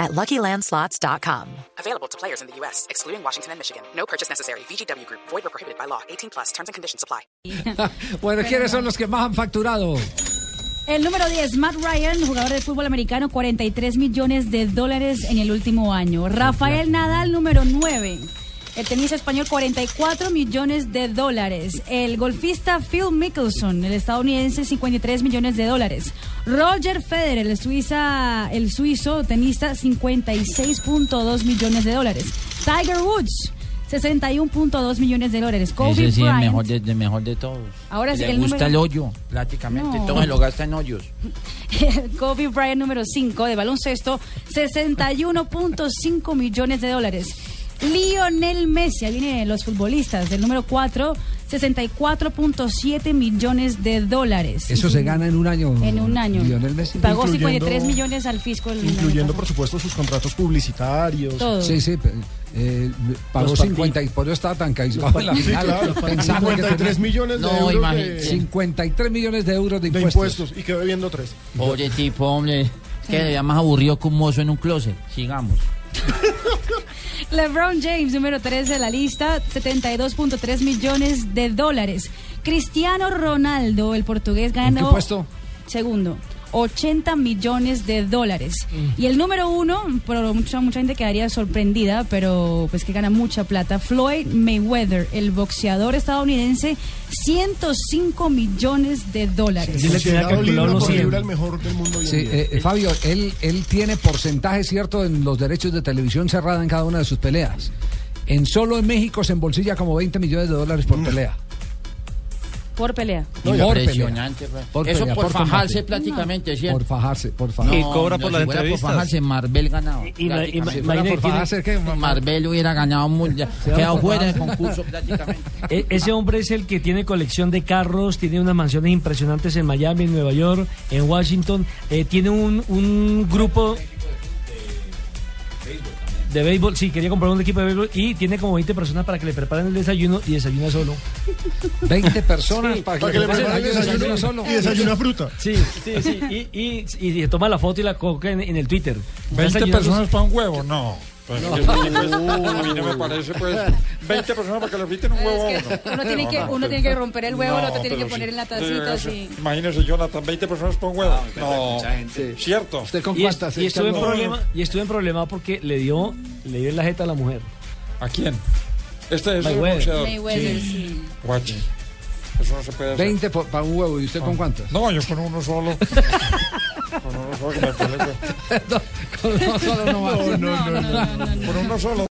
at luckylandslots.com. Available to players in the U.S., excluding Washington and Michigan. No purchase necessary. VGW Group, void or prohibited by law. 18 plus terms and conditions apply. Bueno, ¿quiénes son los que más han facturado? El número 10, Matt Ryan, jugador de fútbol americano, 43 millones de dólares en el último año. Rafael Nadal, número 9. El tenista español, 44 millones de dólares. El golfista Phil Mickelson, el estadounidense, 53 millones de dólares. Roger Federer, el, suiza, el suizo tenista, 56.2 millones de dólares. Tiger Woods, 61.2 millones de dólares. Kobe Ese sí es Bryant, mejor de, de mejor de todos. Ahora sí Le que el gusta número- el hoyo, prácticamente. No. Todo se lo gasta en hoyos. Kobe Bryant número 5 de baloncesto, 61.5 millones de dólares. Lionel Messi, ahí vienen los futbolistas del número 4, 64.7 millones de dólares. Eso se gana en un año. en un año. Lionel Messi. Pagó Incluyendo- 53 millones al fisco. el- Incluyendo, por supuesto, sus contratos publicitarios. todo. Sí, sí. pe- eh, pagó Los partidos. 50 y por eso estaba tan caído en la Sí, final. claro. pensando que 53 tenía millones de No, euros imagínate. de, 53 millones de euros de de impuestos. impuestos y quedó debiendo tres. Pobre tipo, hombre. Es que ya más aburrido que un mozo en un closet. Sigamos. LeBron James, número 3 de la lista, 72.3 millones de dólares. Cristiano Ronaldo, el portugués, ganó. ¿En qué puesto? Segundo, 80 millones de dólares. Mm. Y el número uno, pero mucha, mucha gente quedaría sorprendida, pero pues que gana mucha plata, Floyd Mayweather, el boxeador estadounidense, 105 millones de dólares. Yo le tenía Considerado calculado libra los por cien. libra el mejor del mundo hoy en Sí, día. eh, eh, Fabio, él, él tiene porcentaje cierto en los derechos de televisión cerrada en cada una de sus peleas. En solo en México se embolsilla como 20 millones de dólares Mm. por pelea. Por pelea. No, y por Impresionante. pelea. pues. Por Eso pelea, por, por fajarse combate. prácticamente, Por ¿cierto? fajarse, por fajarse. Y cobra por no, las si fuera entrevistas. Por fajarse, Marbel ganaba. Y- y- prácticamente. y- Fuera Imagínate, por tiene- fajarse, ¿qué? Marbel hubiera ganado un mundial. Quedado fuera del concurso prácticamente. E- ese hombre es el que tiene colección de carros, tiene unas mansiones impresionantes en Miami, en Nueva York, en Washington. eh, tiene un, un grupo de béisbol. Sí, quería comprar un equipo de béisbol y tiene como 20 personas para que le preparen el desayuno y desayuna solo. 20 personas para que, Para que le le preparen paguen el desayuno solo. y desayuna fruta. Sí, sí, sí. Y, y, y se toma la foto y la coca en, en el Twitter. 20 Desayunando- personas para un huevo, no. Pues, yo- pues, a mí no me parece, pues, 20 personas para que le friten un huevo. a uno. uno tiene que- uno tiene que romper el huevo, el otro tiene que pero poner en la tacita, eso. sí. Ah, Imagínese, Jonathan, 20 personas para un huevo. no, cierto. Este ¿Usted con Y, es- cuántas? y estuve en Carlos? problema, y estuve en problema porque le dio, le dio en la jeta a la mujer. ¿A quién? Este es el Mayweather. boxeador. Mayweather, sí. Guachi. Eso no se puede hacer. 20 po- para un huevo. ¿Y usted con cuántas? No, yo con uno solo. con uno solo que me peleé, pues. No, solo no va. No, no, no, no, no. Con uno solo.